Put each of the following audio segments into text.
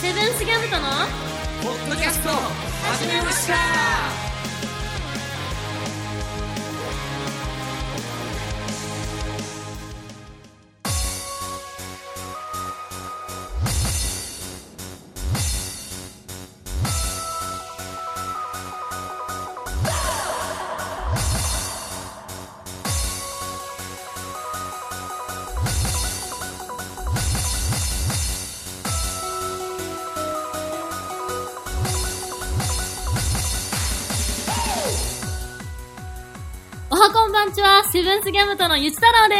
セブンスギャムとのポッドキャスト始めましたおはこんばんちはセブンスギャムとのゆち太郎で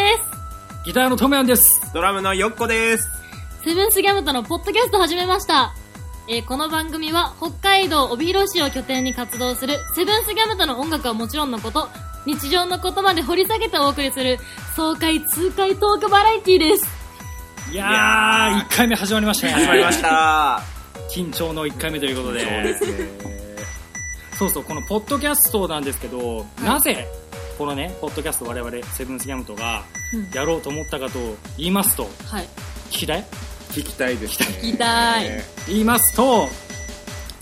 ギターのトムヤンです。ドラムのよっこです。すセブンスギャムとのポッドキャスト始めましたえーこの番組は北海道帯広市を拠点に活動するセブンスギャムとの音楽はもちろんのこと日常のことまで掘り下げてお送りする爽快痛快トークバラエティですいやいやー、1回目始まりましたね。始まりました。緊張の1回目ということで。そうそう、このポッドキャストなんですけど、なぜ、このね、ポッドキャスト我々、セブンスギャムとがうん、やろうと思ったかと言いますと、はい聞きたい聞きたいですね。聞きたいね言いますと、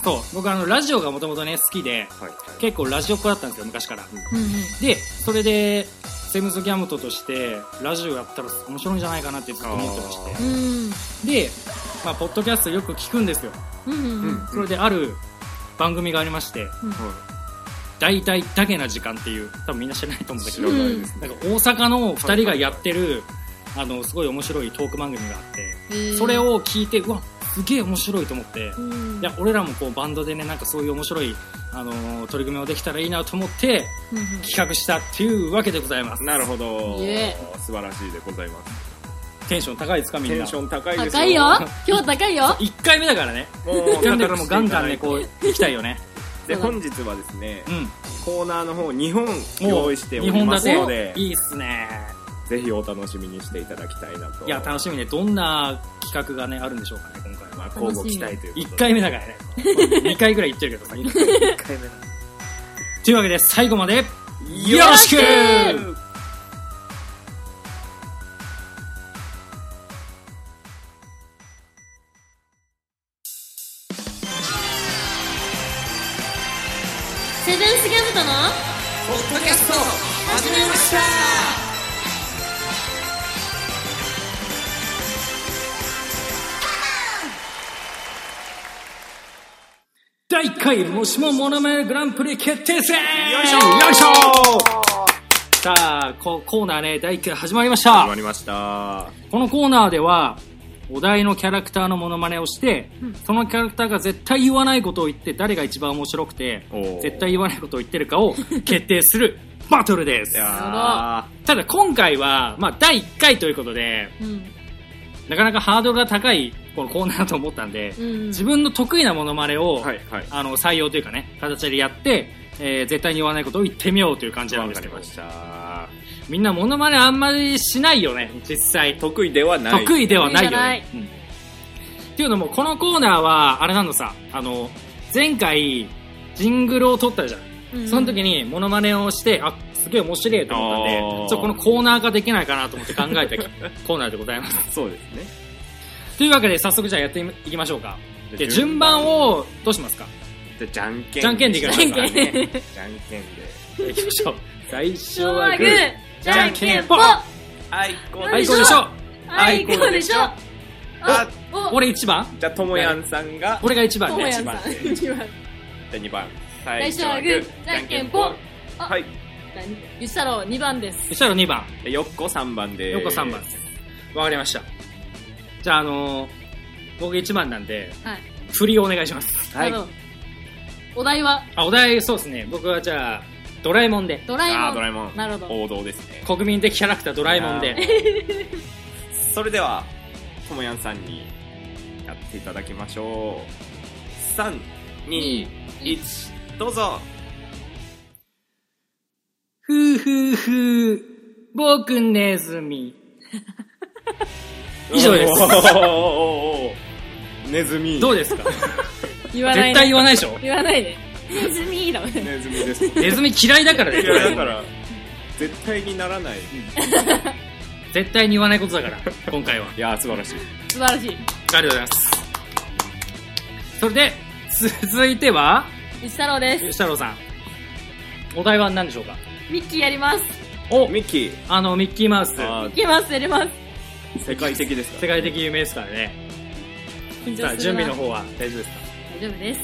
そう、僕あの、ラジオがもともとね、好きで、はい。結構ラジオっ子だったんですよ、昔から。うんうんで、それで、セブンスギャムととして、ラジオやったら面白いんじゃないかなってずっと思ってまして。うんで、まあ、ポッドキャストよく聞くんですよ。うんうんうんそれである番組がありまして、大体だけな時間っていう、多分みんな知らないと思うんだけ知ど、らなんかないですね。大阪の2人がやってる、あの、すごい面白いトーク番組があっえて、ーそれを聞いて、うわ、すげえ面白いと思ってう、んいや、俺らもこうバンドでね、なんかそういう面白い、あのー取り組みをできたらいいなと思ってうんうん企画したっていうわけでございます。なるほどいえ。素晴らしいでございます。テンション高いですかみんな。テンション高いです高い よ今日高いよ1回目だからね。もう1回目だからもうガンガンね、語こらうせていただい、行きたいよね。てで、本日はですねう、ん。コーナーの方2本も用う意しておりますので、いいっすね。ぜひお楽しみにしていただきたいなと。いや、楽しみね。どんな企画がね、あるんでしょうかね、今回まあ、は。交互期待ということで。 1回目だから ね。2回ぐらい言ってるけどさ、今一回目というわけで、最後まで、よよろしくセブンスギャムとのポッドキャスト始めました第1回、もしもモノマネグランプリ決定戦よいしょよいしょーさあ、こコーナーね、第1回始まりまし始また。りました。このコーナーでは、お題のキャラクターのモノマネをして、うんそのキャラクターが絶対言わないことを言って、誰が一番面白くておー、絶対言わないことを言ってるかを 決定するバトルでいす。やただ今回は、まあ第1回ということで、うんなかなかハードルが高いこのコーナーだと思ったんで、うん自分の得意なモノマネを、ーはい、はい。あの採用というかね、形でやって、えー絶対に言わないことを言ってみようという感じなんわでかすりけどま、した。みんなモノマネあんまりしないよね、実際。得意ではない。得意ではない得意よじゃないね。うんっていうのも、このコーナーは、あれなのさ、あの、前回、ジングルを撮ったじゃん。うんその時にモノマネをして、あ、すげえ面白いと思ったんあで、ーちょっとこのコーナーができないかなと思って考え たコーナーでございます。そうですね。というわけで早速じゃあやっていきましょうか。で、順順番番をどうしますかじゃあじゃんけん。じゃんけんでいきましょうか。じゃんけんねじゃんけんで。いきましょう。最初昭和はググーー。じゃんけんぽんあいこはい、グこーうでしょう。あいこでしょあお俺1番じゃあ、ともやんさんが、俺が1番ともね。や一んさん番。 2番じゃあ2番。最初はグーじゃんけんぽんあはい。ゆしたろう2番ですそしたら2番。でよっこ3番でーす。よっこ3番。わかりました。じゃああのー、僕1番なんで、はい振りをお願いします。はいあ。のお題はあ、お題、そうですね。僕はじゃあ、ドラえもんで。ドラえあもーんドラえもん。なるほど王道ですね。国民的キャラクタードラえもんあで。ー。それでは、ともやんさんにやっていただきましょう。3、2、1、どうぞ。 ふーふーふー、僕ネズ ミ。以上ですおー。おーおーおーネズミ。どうですか言わない絶ね対言わないでしょ言わないでネズミだもんねネズミです。いネズミ嫌いだからね。や、だから、 絶対にならない。絶対に言わないことだから、今回は。あいや、素晴らしい。素晴らしいりがとうございます。それで、続いては、石太郎です。吉太郎さん。お題は何でしょうかミッキーやります。おミッキーあの、ミッキーマウス。あいきます、やります。ー世界的ですか世界的有名ですからね。緊張するさなあ、準備の。方は大丈夫ですか大丈夫です。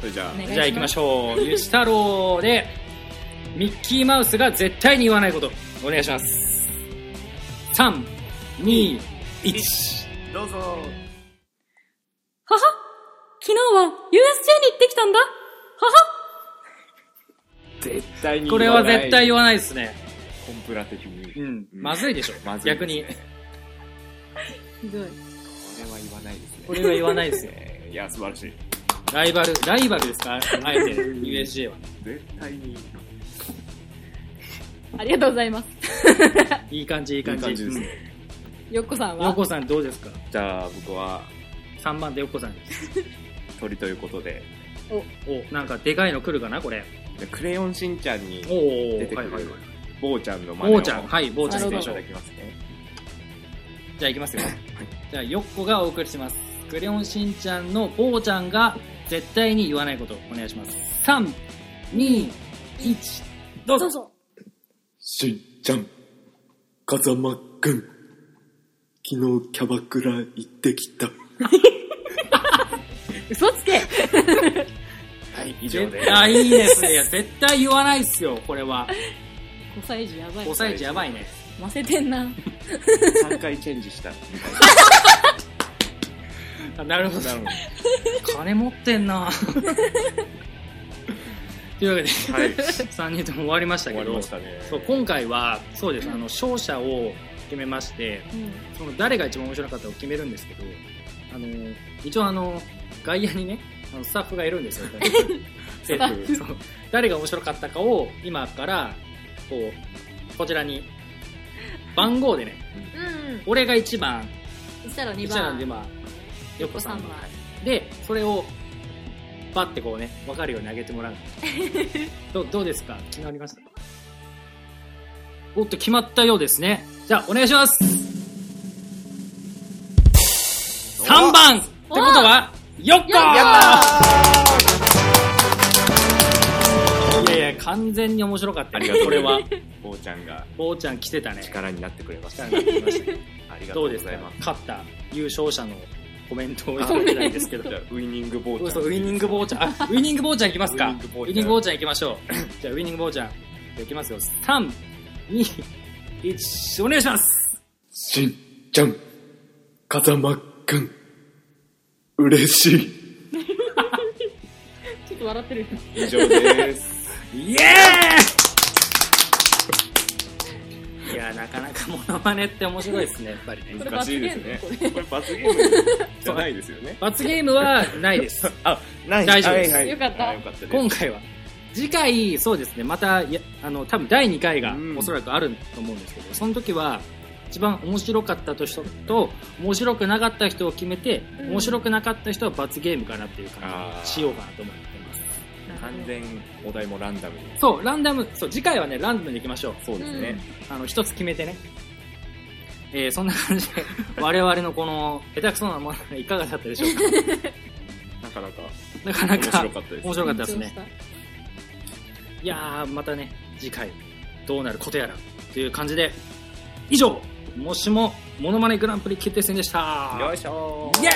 それじゃあ、お願いしますじゃあ行きましょう。吉太郎で、ミッキーマウスが絶対に言わないこと。お願いします。3、2、1。どうぞはは昨日は USJ に行ってきたんだはは絶対にこれは絶対言わないですね。コンプラ的にうこん。まずいでしょ。まずい逆に。ひどい。れは言わないですねこれは言わないですよ。え ーいや素晴らしいライバル、ライバルですかあえて、USJ は。絶対にありがとうございます。いい感じ、いい感じ。いい感じですねよっこさんうんヨはコさんどうですかじゃあ僕は ?3 番でヨコさんです。鳥ということでお、なんかでかいの来るかなこれ。でクレヨンしんちゃんにお出ー、てくはいるはいはい。坊ちゃんの真似ぼをうちゃん、はい、ぼうちゃんでしてないるほどただきますねじゃあ行きますよ。じゃあ、ヨッコがお送りします。クレヨンしんちゃんのぼうちゃんが絶対に言わないこと、お願いします。3、2、1、どうぞ。どうぞ。しんちゃん、風間くん、昨日キャバクラ行ってきた。嘘つけはい以上で絶対いいですね。いや、絶対言わないっすよ、これは。 5歳児やばい。 5歳児やばいね。ませてんな。 3回チェン ジしたみたいあなるほど。ななる金持ってん なというわけで、ほどはい3人とも終わりました終けどわりまし、たねそう今回はそうですあの勝者を決めましてうん。その誰が一番面白かったかを決めるんですけどあの一応あの外野にねあのスタッフがいるん ですよスタッフそう誰が面白かったかを今からこうこちらに番号でねうん。俺が1番そしたら2一番な番。んでまあよっこおさん三番番。でそれをバッてこうね分かるように上げても らうどうどうですか決まりましたおっと決まったようですねじゃあお願いします3番ってことはよっこーいやいや完全に面白かったあよりがとうこれは坊ちゃんが坊ちゃん来てたね力になってくれました力が入りましたねありがとどううでごすざかいます勝った優勝者のコメントをいただきたいんですけどじゃあウイニング坊ちゃんそうウイニングボーちゃん。あウイニングボーちゃんいきますか。ウウイニンイニグングボボーーちちゃんゃんいきましょう。じゃあ、ウイニングボーちゃん。じゃあ、いきますよ。3、2、1、お願いします。しんちゃん、風間くん、嬉しい。ちょっと笑ってる。以上ですイエーイいや、なかなかモノマネって面白いですね、やっぱりね。難しいですねここれ罰ゲームじゃないですよね罰ゲームはないです。 あない大丈夫ですはいはいよかったあよかったです今回は。次回、そうですね、また、いやあの、多分第2回がうんおそらくあると思うんですけど、その時は、一番面白かった人と、面白くなかった人を決めて、うん面白くなかった人は罰ゲームかなっていう感じあーにしようかなと思ってます。完全お題もランダムにそう、ランダム、そう、次回はね、ランダムでいきましょう。そうですね、あの、一つ決めてね。えー、そんな感じ で、我々のこの、下手くそなもの、いかがだったでしょうかなかなかなかな面白かかっ、たです面白かったですね緊張。したいやー、またね、次回、どうなることやら、という感じで、以上、もしも、モノマネグランプリ決定戦でした。よいしょイエ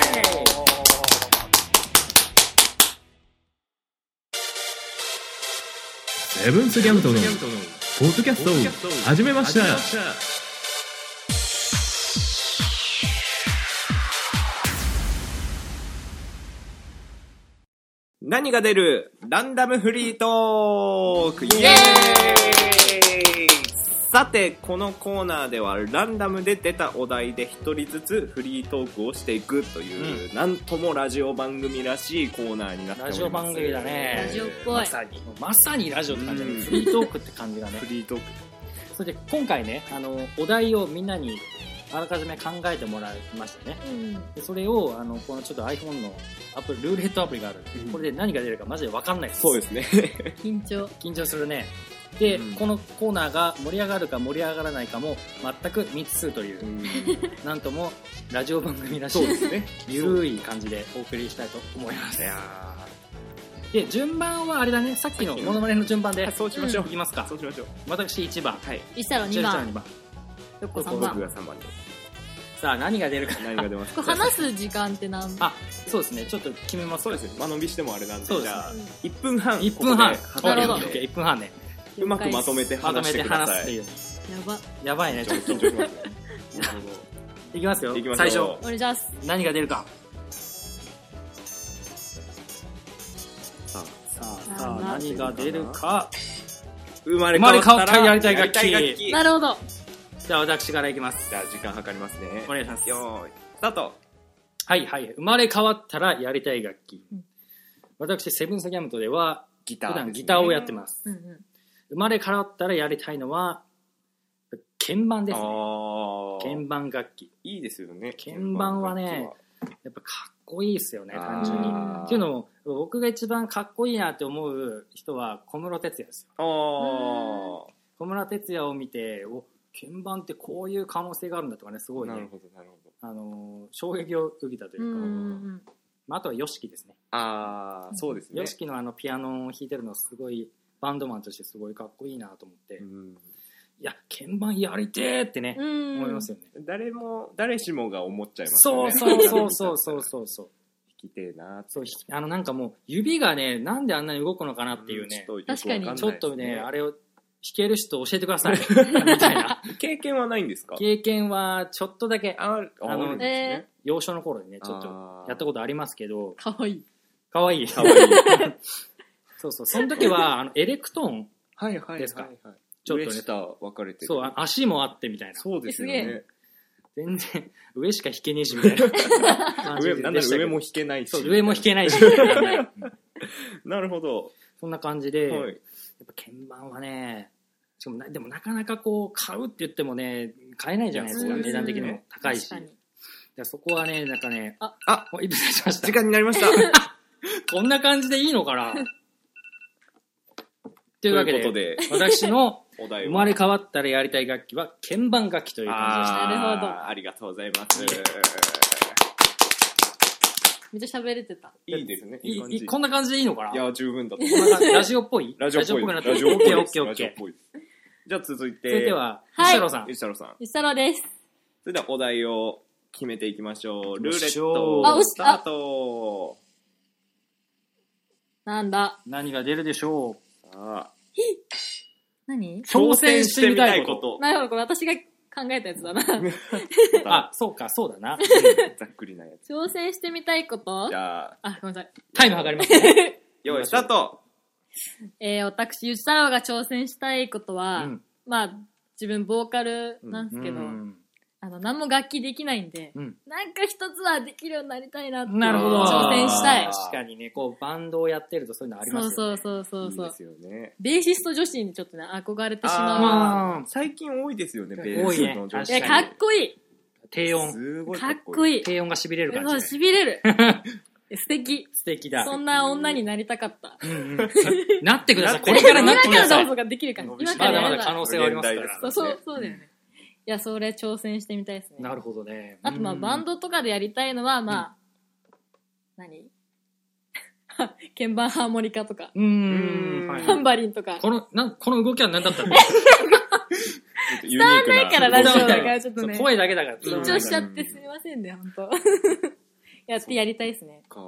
セブンスギャムトのポッドキャストを始めました。何が出るランダムフリートークイエーイさて、このコーナーではランダムで出たお題で一人ずつフリートークをしていくという、なんともラジオ番組らしいコーナーになっておラります。ジオ番組だねラジオっぽいまさに。まさにラジオって感じだね。うんフリートークって感じがね フ。リートーク。それで、今回ね、あの、お題をみんなに、あらかじめ考えてもらいましたね。うん。でそれを、あの、このちょっと iPhone のアプリ、ルーレットアプリがあるんでうんこれで何が出るかマジでわかんないです。そうですね。緊張。緊張するね。で、うんこのコーナーが盛り上がるか盛り上がらないかも全く未知数という、 なんともラジオ番組らしそういですね。ゆるい感じでお送りしたいと思いまいすやで順番はあれだねさっきのモノマネの順番でーそうしましょうい。きますかそうしましょう。私1番はい。いしたら千2代ちゃ番。ん2番よっこ三3番番僕が3番で。さあ何が出るか何が出ますこかれ話す時間って何 あそうですねちょっと決めますそうですね。間延びしてもあれなんで、そうでじすねゃあ、1分半。 1分半ここでな測るるほのどで、 1分半ねうまくまとめてまと話めしててくだ話すさってい。いうやば。やばいねちょっと緊張しますね。いきますよ行きましょ最う初お願いします。何が出るかさあさあさあ何が出るか生ま生れまれ変変わっわったらたらやりたい楽器やりたいな楽器るほど。じゃあ私からいきますじゃあ、時間計りますね。お願いしますよーい、スタート。はいはい生まれ変わったらやりたい楽器うん私セブンスギャムトではギター普ですね。段ギターをやってますうんう生まれ変わったらやりたいのは鍵盤ですねああ。鍵盤楽器いいですよね。鍵盤はねやっぱかっこいいですよね単純にあーっていうのも僕が一番かっこいいなって思う人は小室哲哉ですよあ小室哲哉を見てお鍵盤ってこういう可能性があるんだとかねすごあ。いなるね、ほど、なるほど。あのー衝撃を受けたといん。ううんか、うんうん。まあ、あとは YOSHIKI ですねああ、そうですね。 YOSHIKI、のあのピアノを弾いてるのすごいバンドマンとしてすごいかっこいいなと思って、ういんや鍵盤やりてーってね、うん思いますよね誰も、誰しもが思っちゃいますそようね。そうそうそう そうそう。う そう弾きてえなーってそうひあのなんかもう指がねなんであんなに動くのかなっていうね、うん確かにちょっとね、あれを弾ける人教えてくださ い。みたいな。れ。経験はないんですか経験はちょっとだけ、ある、あのるんですえね幼少の頃にね、ちょっとあーやったことありますけどー、、かわいい。かわいい。かわいい。 そうそう。その時は、あの、エレクトーン、はいはいはい。ですかちちょょっっとねとね。上下分かれてる。そう、あ足もあってみたいな。そうですよえすげね。全然、上しか弾けねえし、みた いな感じ上、でなんだろしうたけ上ども弾けないし。そう、上も弾けないし。みたいな なるほど。そんな感じで、やはっい。ぱ鍵盤はね、しかもな、でもなかなかこう、買うって言ってもね、買えないじゃないですか、うん値段的にも高いし。確かにいやそこはね、なんかね、あ、あもう一分経ちました。時間になり ました。こんな感じでいいのかなとというわけで、で、私 のお題生はまれ変わったらやりたい楽器は鍵盤楽器という感じでしあなーるほどありがとうございます。めっちゃ喋れてた。いいですね。た。いいい感じ。いこんな感じでいいのかないや、十分だと思こんう。な感じラジオっぽいラジオっぽい。なラってるジオっぽいです。オッラジケオーオッケーオっッケー。ぽいです。じゃあ続いて、それでは、はい吉太郎さん。吉太郎さん。石太郎です。それではお題を決めていきましょう。ルーレッあト、押しスタート。なんだ。何が出るでしょうさあ何挑戦してみたいこと。と。なるほど、これ私が考えたやつだな。あ、そうか、そうだな。ざっくりなやつ。挑戦してみたいことじゃあ、あ、ごめんなさい。 タイム測りますね。 用意スタートえー、私、ゆち太郎が挑戦したいことは、うんまあ、自分ボーカルなんですけど、うんあの、何も楽器できないんで、うんなんか一つはできるようになりたいなって。なるほど。挑戦したい確かにね、こう、バンドをやってるとそういうのありますそようね。そうそうそうそういいですよね。ベーシスト女子にちょっとね、憧れてしまう。まああー最近多いですよね、ベ多ーいねスの女い子。や、確かかにっこいい。低音。すごいかっこいい。いい。低音が痺れる感そう、じ、ね。痺れる。 え素敵。素敵だ。そんな女になりたかった。うんうんなってください。こなれからなってく今だかさらどうい。まぞができるから。今からだやまれだば可能性はありますか現代ら。そうそう、そうだよね。いや、それ挑戦してみたいですね。なるほどね。あと、まあ、うんバンドとかでやりたいのは、まあ、何 鍵盤ハーモニカとか、うーん。はいタンバリンとか。この、なん、この動きは何 だったのユニー伝わクんないからラジオだからちょっとねそう声だけだから。緊ん張しちゃってすみませんね、 ほんと。やってやりたいですね。か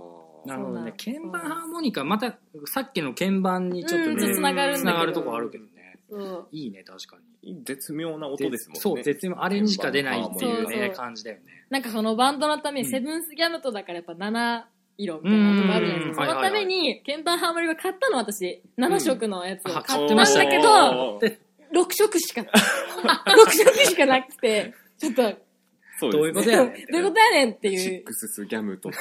なるほどね。そう鍵なの盤ハーモニカ、また、さっきの鍵盤にちょっとうんちょっね、と繋がるんだけど繋がるとこあるけどね。そう。いいね、確かに。絶妙な音ですもんね。そう、絶妙。あれにしか出ないっていうそうねそ、う感じだよね。なんかそのバンドのために、うんセブンスギャムトだからやっぱ7色みたいなとこあるじゃないですうんか。そのために、鍵盤ハーモニカ買ったの私、7色のやつをあ買っ買っててままししたたんだけど、おー6色しか、6色 しかなくて、ちょっと、そうどういうこと どうやいねんって。うことやねんってシいッうク、ススギャムと か、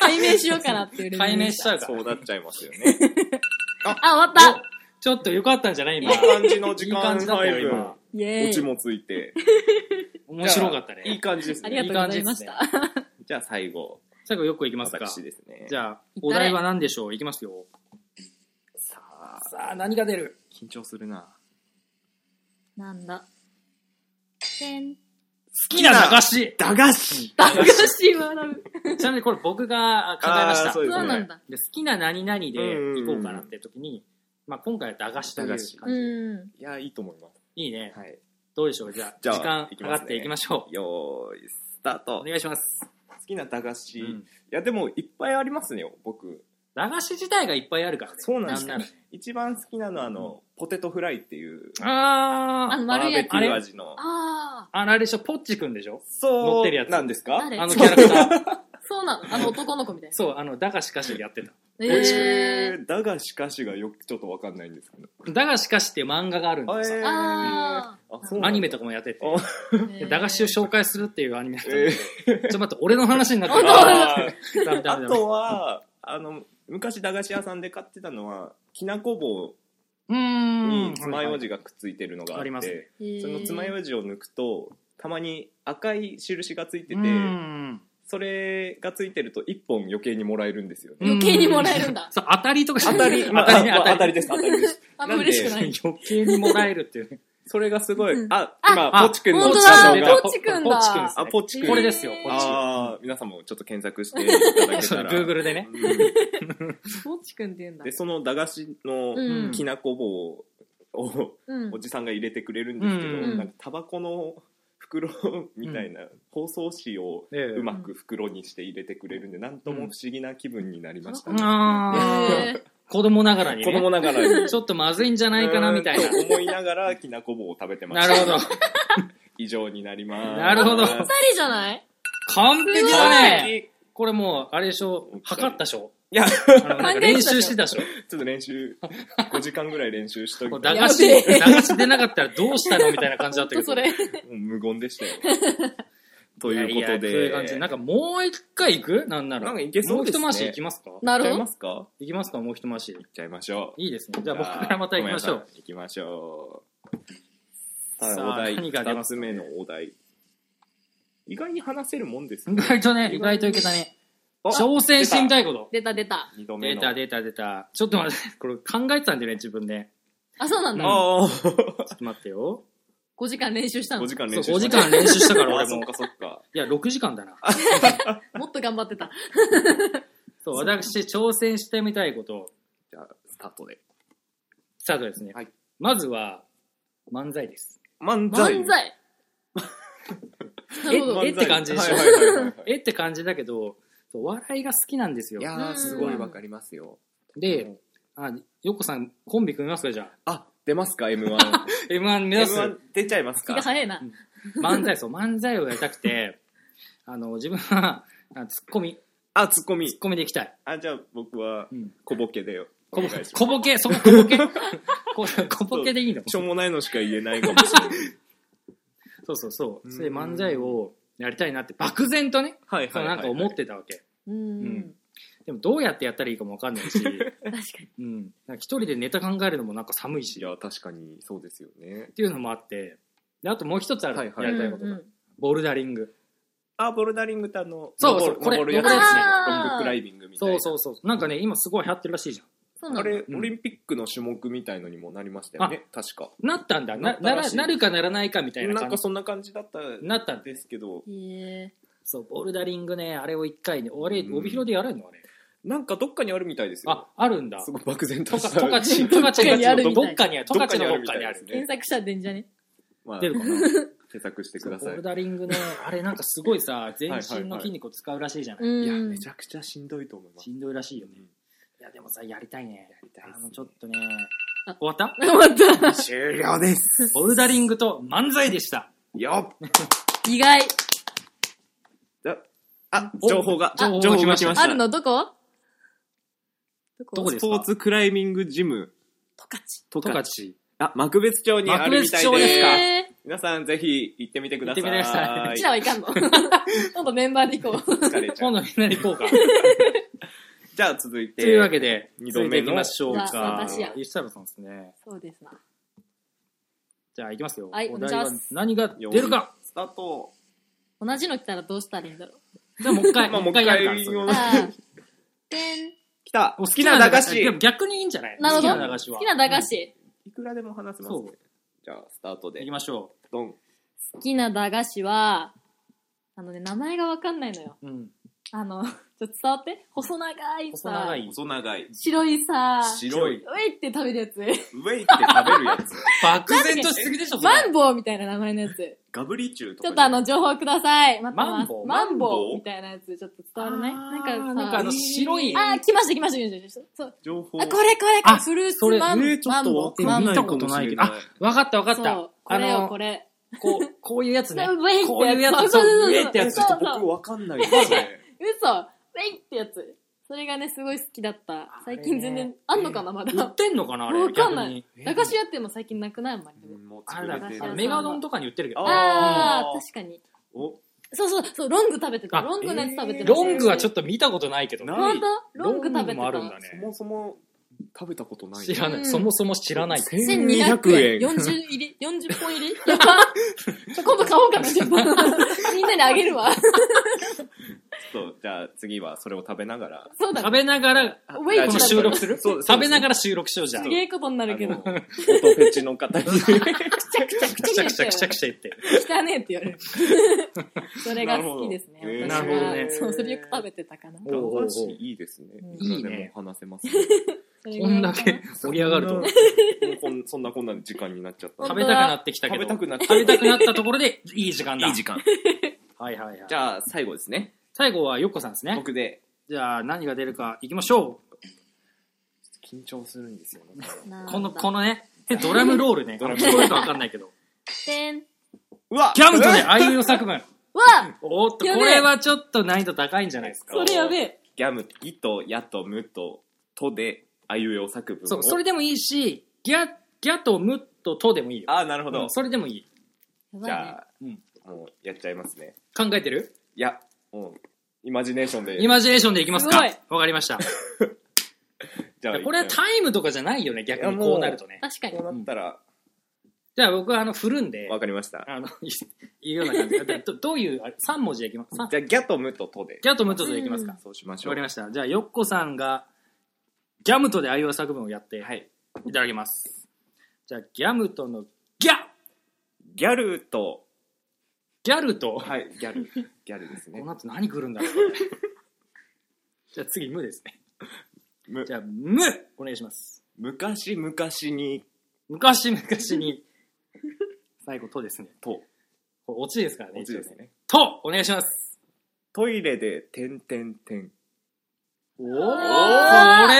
解明しようかなっていうレベルで解明しちゃうかそら。うなっちゃいますよね。あ、終わったちょっとよかったんじゃないいい今。感じの時い い間感じだったよ配分今。イェーイ。オチもついて。面白かったいいね。感じですありがねと。うございました。じゃあ最後、最後よくいきますか。私ですね。じゃゃあ、お題は何でしょういきますよ。あ、さああ、何が出る緊張するな。なんだ。てん。好きな駄菓子駄菓子駄菓子笑う。ちなみにこれ僕が考えましあーた。そうそでうすねなんだ。で好きな何々で行こうかなって時に、まあ、今回は駄菓子という感じ。うん。いや、いいと思います。いいね。はい。どうでしょうじゃあ、じゃあ時間いきかますねかっていきましょう。よーい、スターおト。願いします。好きな駄菓子。ういんや、でも、いっぱいありますね、僕。駄菓子自体がいっぱいあるからね。そうなんですなら一番好きなのは、あの、ポテトフライっていう、ああーの、バ丸ーいやベつ。キュー味の。ああのあれでしょ、ポッチくんでしょ乗そってるやう、つなんですか誰あのキャラクター。あ。そうなの。あの男の子み たいな。そう、あの、駄菓子歌手でやってた。えー、だがしかしがよくちょっとわかんないんですけど。駄菓子歌手っていう漫画があるんですよ。えーああそうなんだアニメとかもやってて。おー。で駄菓子を紹介するっていうアニメだったんだけどちょっと待って、俺の話になってる。あーダメダあメダメとは、あの、昔駄菓子屋さんで買ってたのは、きなこう棒ーん。に爪楊枝がくっついてるのがあありっますて、えその爪楊枝を抜くと、たまに赤い印がついててう、んそれがついてると1本余計にもらえるんですよね。余計にもらえるんだそう、当たりとかじゃ当なたい り、当まあたりね、まあ当当たたりり。です、当たりです。あんま嬉しくない。余計にもらえるっていうね。それがすごい、うんあ、あ今、あポチ君の本当画だ像が、ポチくんだポチくんですねあポチくんこれですよ、ポチ。あー皆さんもちょっと検索していただ けそうたら。 Google でね。うポチくんって言うんだんで、。その駄菓子のうんきなこ棒を、うんおじさんが入れてくれるんですけど、うんなんかタバコの袋みたいな包装紙をええうまく袋にして入れてくれるんで、なんとも不思議な気分になりましたね、あーえ子供ながらに子供ね。ながらに ちょっとまずいんじゃないかな、みたいなうーん。と思いながらきなこ棒を食べてまなしたるほど。以上になりますなるほどー二人じゃない完璧すだごね。これもう、あれでしょ、測ったでしょ いやあちのなんか練習してたでしょょっと練習5時間ぐらい練習しといこてもう駄菓子、やべえ駄菓子出なかったらどうしたのみたいな感じだったけとど。それ。う無言でしたよ ということでややそういう感じ。なんかもう一回行くなんなら。なんか行けそうですねもう一回し行きますかな行っちるゃいほまど。すか行きますかもう一回し行っちゃいましょういいですね。じゃあ僕からまた行きましょう。。行きましょう。さあお題、何が出二ますつ目のお題。意外に話せるもんです意ね。外とね、意外といけたね。あ挑戦してみたいこと。出た出た。二度目出の。た出た出た。ちょっと待って、これ考えてたんだよね、自分で。あ、そうなんだ。ああ、ちょっと待ってよ。 5時間練習したの5。時間そう、練習5時間練習したからあ俺あ、そっも。かそっか。いや、6時間だな。もっと頑張ってた。そう、私、挑戦してみたいこと、じゃあ、スタートで。スタートですねはい。まずは、漫才です。漫才。漫才。な るほど。えって感じでしょはいはいはいはいえって感じだけど、そうお笑いが好きなんですよい。やうー、んすごいわかりますよ。で、あ、よっこさん、コンビ組みますかじゃあ。あ、出ますか ?M1。 M1 目指す M1 出ちゃいます気かが早いな。漫才、そう、漫才をやりたくて、あの、自分は、あツッコミ、あ、ツッコツミッ。コミでいきたい。あ、じゃあ僕はうん、小ボケでよ。小おボ願いします小ボケ、そこ小ボケ。こ小ボケでいいのしょそうもないのしか言えないかもしれない。うそうそう。それで漫才をやりたいなって、漠然とね、はいそはうい。なんか思ってたわけ。ううんん。でも、どうやってやったらいいかもわかんない し、確かに。うん。なんか一人でネタ考えるのもなんか寒いし、いっや、確かにそうですよね。ていうのもあって、であともう一つある、はいはいやりたいことうんうがん。ボルダリング。あ、ボルダリングってあの、そうそう登るこれ登るやつる登ね。やつねロッククライミングみたいそな。うそうそう。なんかね、今すごい流行ってるらしいじゃん。そうなあんだ。れ、うんオリンピックの種目みたいのにもなりましたよね、確か。なったんだ。なな、ったなららしいなるかならないかみたいななん感かじ。そんな感じだったなったんんで。ですけど、へえ。そう、ボルダリングね、あれを一回ね、あれ、うん帯広でやれんのあれ。なんかどっかにあるみたいですよ。あ、あるんだす。ごい漠然トとカ、した。トカチ、トカチ どっかにあるのみたいどっかにある、トどカっかチにのあどるっみかたいにあるです。ね検。索したら出んじゃねまあ、出るか検な索してくだボさいル。ダリングね、あれなんかすごいさ、全身の筋肉を使うらしいじゃない。うん。いや、めちゃくちゃしんどいと思いますし。んどいらしいよね。うんいや、でもさ、やりたいね。やりたいっあすねの、ちょっとね。終わった終わっ。終了です。ボルダリングと漫才でした。よった意外。あ、お情報が、あ情報が来ましあた。るのどこどこどこでスポーツクライミングジム、トカチ。とトカか、チ。あ、幕別町にあるみたい幕別町ですかです。えー皆さんぜひ行ってみてください。行ってみてくださうちらはいかんの今度メンバーで行こう。 疲れちゃ今度う。みんなで行こうか。じゃあ続いて。というわけで、二続度いてい目のきましょうじゃあか私や。吉太郎さんですね。そうですな。じゃあ、いきますよ。はいお題はお願いします何がよーい出るかスタート。同じの来たらどうしたらいいんだろう。じゃあ、もう一回、まあもう一回やるかもう一回それ言おうあー。てん。来たお好きな駄菓でも子逆にいいんじゃないなるほど好きな駄菓子は好きな駄菓子。いくらでも話せますねそうじゃあスタートで行きましょドン好きな駄菓子は、あのね、名前がわかんないのよ。ううんあの、ちょっと伝わって。細長い細さ。長い細長い白いさ。白いウェイって食べるやつ。ウェイって食べるや つ漠然としすぎでしょそれマンボウみたいな名前のやつ。ガブリチューとちかょっとあの、情報ください。待ってます。マンボウマンマンボボウウみたいなやつ、ちょっと伝わらないあーなんかさ、なんかあの白いあー、来ました来ました来ました来ました。そう。情報あ、これこれこれ、あフルーツそれマンえーちょマっンとボわウ。かんマなンボウ。い見たことないけど。マあンボウ、わかったわかっそたう。。こあれよ、のこ、れ。こう、こういうやつねウ。ェイってやつこういうやつ。そうそうそうそうウェイってやつ。そう僕わかんないですね嘘ウェイってやつ。それがね、すごい好きだった。最近全然、あんのかな、まだ。売ってんのかなあ れ。わかんない逆に駄菓子屋っても最近なくないあんまり。もうあ潰れれだて駄菓る子屋さんメガドンとかに売ってるけど。ああー、ー確かに。おそうそう、そう、ロング食べてた。あロングのやつ食べてあた。ロングはちょっっと見たことないけど。なほんとロング食べてた。もあるんだそね。もそも食べたことない知らなうい。んそもそも知らない。 1200 1200円。40入り ?40 本入りやば今度買おうかな、10本みんなにあげるわ。そうじゃあ次はそれを食べながらそうだ食ね。べながら、ウェイラトジこオだの収録するそう食べながら収録しようじゃん。すくげえことになるけど。あのくフォトフェチの方にちしゃゃくくちしゃゃくくちしゃくゃくちしゃ言って。ゃ。汚ねえって言われる。それが好きですね。私はなるほどねそう、それよく食べてたかな。おうおうおう駄菓子いいですねうんいくらでも話せますねそれぐこらんいかだなけ盛り上がるとも。うこんそんなこんな時間になっちゃった本当食べたくなってきたけ食ど。べたくなっち食ゃべったたくなったところで、いい時間だ。いい時間はいはいはい。じじゃあ、ゃあ最後ですね最後はヨッコさんですね。僕でじゃあ、何が出るか行きましょ緊張するんですよ ねう。なんだこの、このね、ドラムロールね。ドラム聞こえるかわかんないけど。てん。うわキャムとね、あいうえお作文。わ おーっと、やこべえれはちょっと難易度高いんじゃないですかそ。れやべえ。ギャム、ギと、やと、むと、とで、あいうえお作文を。そう、それでもいいし、ギャ、ギャとムととでもいいよ。ああ、なるほうどん。それでもいい。やばいじねゃあ、うんもう、やっちゃいますね。考えてるいや、もう、イマジネーションで。イマジネーションでいきますかすごいわかりま した。じゃあ、これはこタイムとかじゃないよね、逆いにやもうこうなるとね。確かにう。なったら、じゃあ僕はあの、振るんでわ、かりました。あの、 いいうような感じで。どどういう、あれ3文字でいきますさんじゃあ、ギャと、むと、とで。ギャとムととでいきますか。わ、そうしましょう。かりました。じゃあ、ヨッコさんが、ギャムとであいうえお作文をやって、はい。いただきます。じゃあ、ギャムとのギャギャルと、ギャルと、はい、ギャル。ギャルですねこ。の後何来るんだ ろうこれじゃあ次、無ですね。むじ、ゃあ、無お願いします。昔々に、昔々に、最後、とですね。と、これオチですからね。文字ですね。一応ね。とお願いします。トイレで、てんてんてん。おおこーれ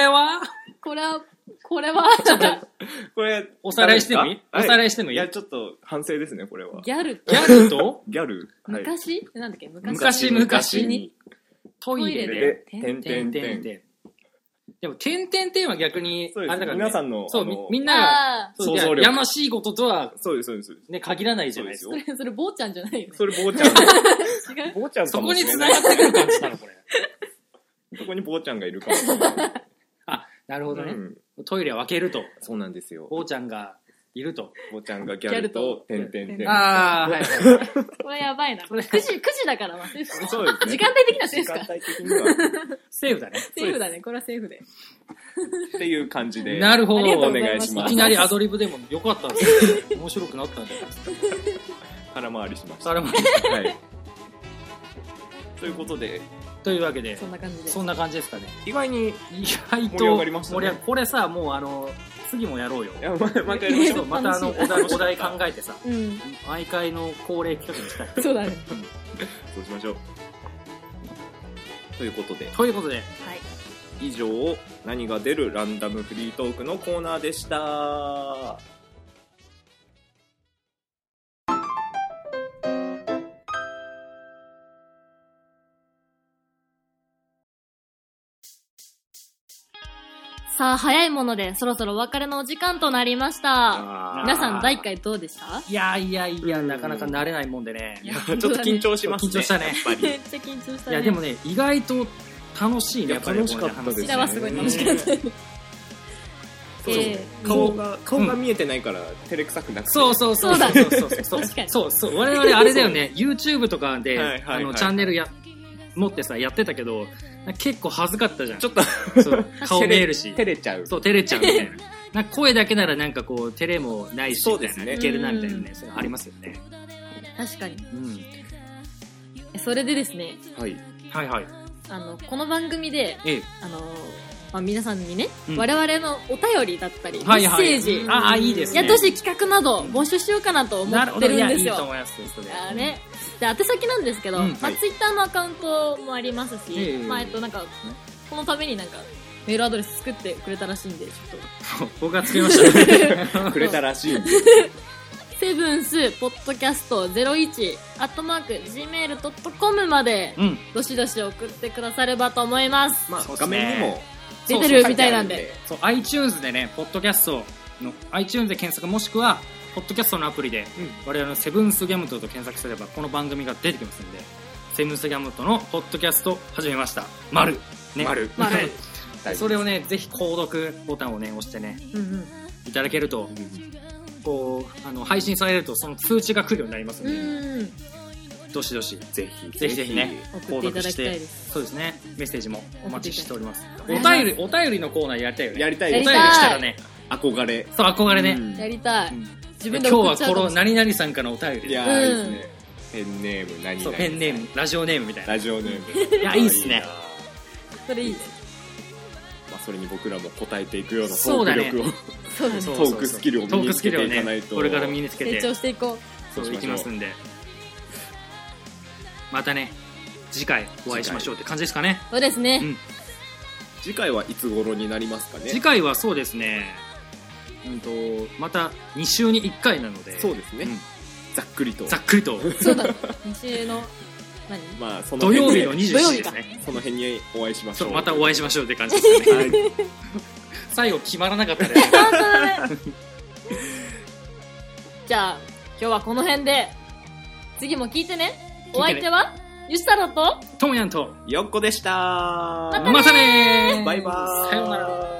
はこれは、これは、これ、おさらいしてもいいおさらいいしてもいいいや、ちょっと、反省ですね、これは。ギャルギャルとギャル。はい昔、なんだっけ昔々に。トイイレレでで、てんてんてん。でも、てんてんてんは逆に、そうですあれだからね皆さんのそう、あみのみんなが、あそう想像力いややましいこととは、そうです、そうです。ね、限らないじゃないですか。そうあ、それ、それ、坊ちゃんじゃないよね。それ、坊ちゃん。違う。坊ちゃんそかこもにしれ繋ない。がってくる感じなの、これ。そこに坊ちゃんがいるかもしれない。あ、なるほどね。うんトイレを分けると、そうなんですよ。坊ちゃんがいると。坊ちゃんがギャルと、ギャてルんとてんてん。ああ、はい。これやばいな。それ9時、9時だから、まあ、セーフそうですね時間帯的なセー時フ間か。帯的には。セーフだね。セーフだね。これはセーフで。っていう感じで。なるほありがとど。うございまお願いししまた。いすきなりアドリブでもよかったですね。面白くなったんじゃないですか。腹回りしました。それもはい。ということで、というわけでそ、んな感じで。そんな感じですかね。意外に、い意外と、盛り上がりましたね盛り上がこれさ、もうあの、次もやろうよ。や、 ま、またやりまえしーょそうまたあの、お楽題、お題考えてさ、うん。毎回の恒例企画にしたい。そうだね。う。そうしましょう。ということで、ということで、はい。以上、何が出るランダムフリートークのコーナーでした。さあ、早いもので、そろそろお別れのお時間となりました。皆さん、第1回。回どうでしたいやいやいや、なかなか慣れないもんでね。ちょっと緊張しますね。緊張したねやっぱりめっちゃ緊張したいね。や、でもね、意外と楽しいいね、ややっぱりこう楽しね。かったですこね。ちらはすごい楽しかったです。そえうー顔が、顔が見えてないから、照れくさくなくて。そうそうそそううだそうそうそう確かにそうそう我々あれだよね YouTube とかで、はいはいはいあのチャンネルや持ってさやってたけどなんか結構恥ずかったじゃん。ちょっとそう顔見 えるし。照れちゃうそう、照れちゃうみた いな。なんか声だけならなんかこう、照れもないし、そうですねみたいないけるなみたいなね、それありますよね。確かに。うん。それでですね、はいはいはい。あの、この番組で、ええ。あの、まあ、皆さんにね、うん我々のお便りだったり、はいはいメッセージ、ああ、いいですね。やってほしい企画など募集しようかなと思なるほっど。ているんや、でいすいとよ。思いますよ、それ。あね。で、宛先なんですけど、うんまはあ、いツイッターのアカウントもありますし、ええまあ、えっと、なんか、このためになんか、メールアドレス作ってくれたらしいんで、ちょっと、僕が作りましたよくれたらしいんでセブンスポッドキャスト01アットマーク gmail.com まで うん。どしどし送ってくださればと思います。まあそうです画ね面にも出てるみたいなんで。そう、iTunes でね、ポッドキャストの、iTunes で検索もしくは、ポッドキャストのアプリで、我々のセブンスギャムトと検索すれば、この番組が出てきますんで、セブンスギャムトのポッドキャスト始めました。丸。ね。丸丸はいそれをね、ぜひ購読ボタンをね、押してね、うんいただけると、こう、あの、配信されると、その通知が来るようになりますうので、ん。うん。どしどし、ぜひぜひぜひね、送っていただきたいです。そうですね、メッセージもお待ちしております。おていただ便り、お便りのコーナーやりたいよね。やりたいおや便りりた来いたらね、憧れそう、憧れね。うんやりたいうん。自今分で日は送っちゃうこかのもしれない。何々さんからのお便りでいやーいいですねペンネーム何そう々ペンネームラジオネームみたいなラジオネームいやいいっすねなまそれいいね。あそれに僕らも答えていくようなトそうだーねク力を そうだね。そうトークスキルをト身ーにクつスキけルをていかないねとこれから身につけ成て長していこそういきますんでまたね次回お会いしましょうって感じですかねう。そうですね。次回はいつ頃になりますかね次回はそうですねうんとまた2週に1回なのでそうですね、うんざっくりとざっくりとそうだね。日中の、何まあその土曜辺日での土曜27日時でかすねその辺にお会いしましそょううまたお会いしましょうって感じですよねはい 最後決まらなかったねじゃあ、今日はこの辺で、次も聞いてね。お相手は、ゆしたろと、ともやんとよっこでしたまたねーバイバーイさようなら